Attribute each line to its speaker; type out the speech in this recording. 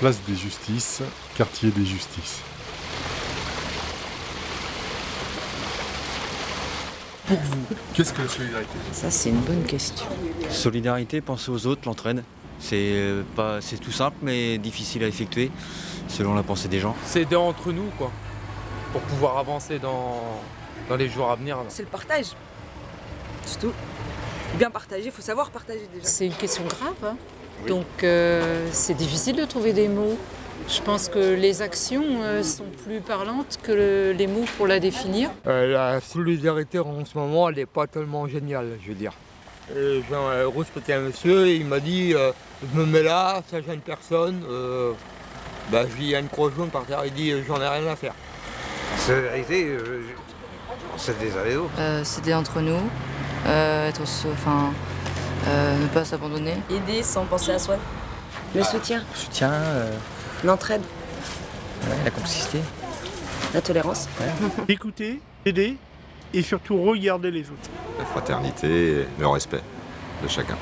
Speaker 1: Place des Justices, quartier des Justices. Pour vous, qu'est-ce que la solidarité
Speaker 2: Ça, c'est une bonne question.
Speaker 3: Solidarité, penser aux autres, l'entraide. C'est euh, pas, c'est tout simple mais difficile à effectuer selon la pensée des gens.
Speaker 4: S'aider entre nous, quoi, pour pouvoir avancer dans, dans les jours à venir. là.
Speaker 5: C'est le partage. C'est tout. Bien partager, faut savoir partager déjà.
Speaker 2: C'est une question grave. hein. Donc, euh, c'est difficile de trouver des mots. Je pense que les actions euh, sont plus parlantes que le- les mots pour la définir.
Speaker 6: Euh, la solidarité en ce moment, elle n'est pas tellement géniale, je veux dire. Euh, J'ai euh, respecté un monsieur, il m'a dit euh, Je me mets là, ça gêne personne. Euh, bah, je lui ai une croix jaune par terre, il dit euh, J'en ai rien à faire.
Speaker 7: Solidarité, je- je- on s'aide les uns les autres.
Speaker 8: Euh, s'aider entre nous, euh, être, so- enfin, euh, ne pas s'abandonner.
Speaker 5: Aider sans penser à soi.
Speaker 9: Le soutien,
Speaker 10: soutien, euh,
Speaker 9: l'entraide,
Speaker 10: la complicité.
Speaker 9: la tolérance.
Speaker 11: Écoutez, aider et surtout regarder les autres.
Speaker 12: La fraternité et le respect de chacun.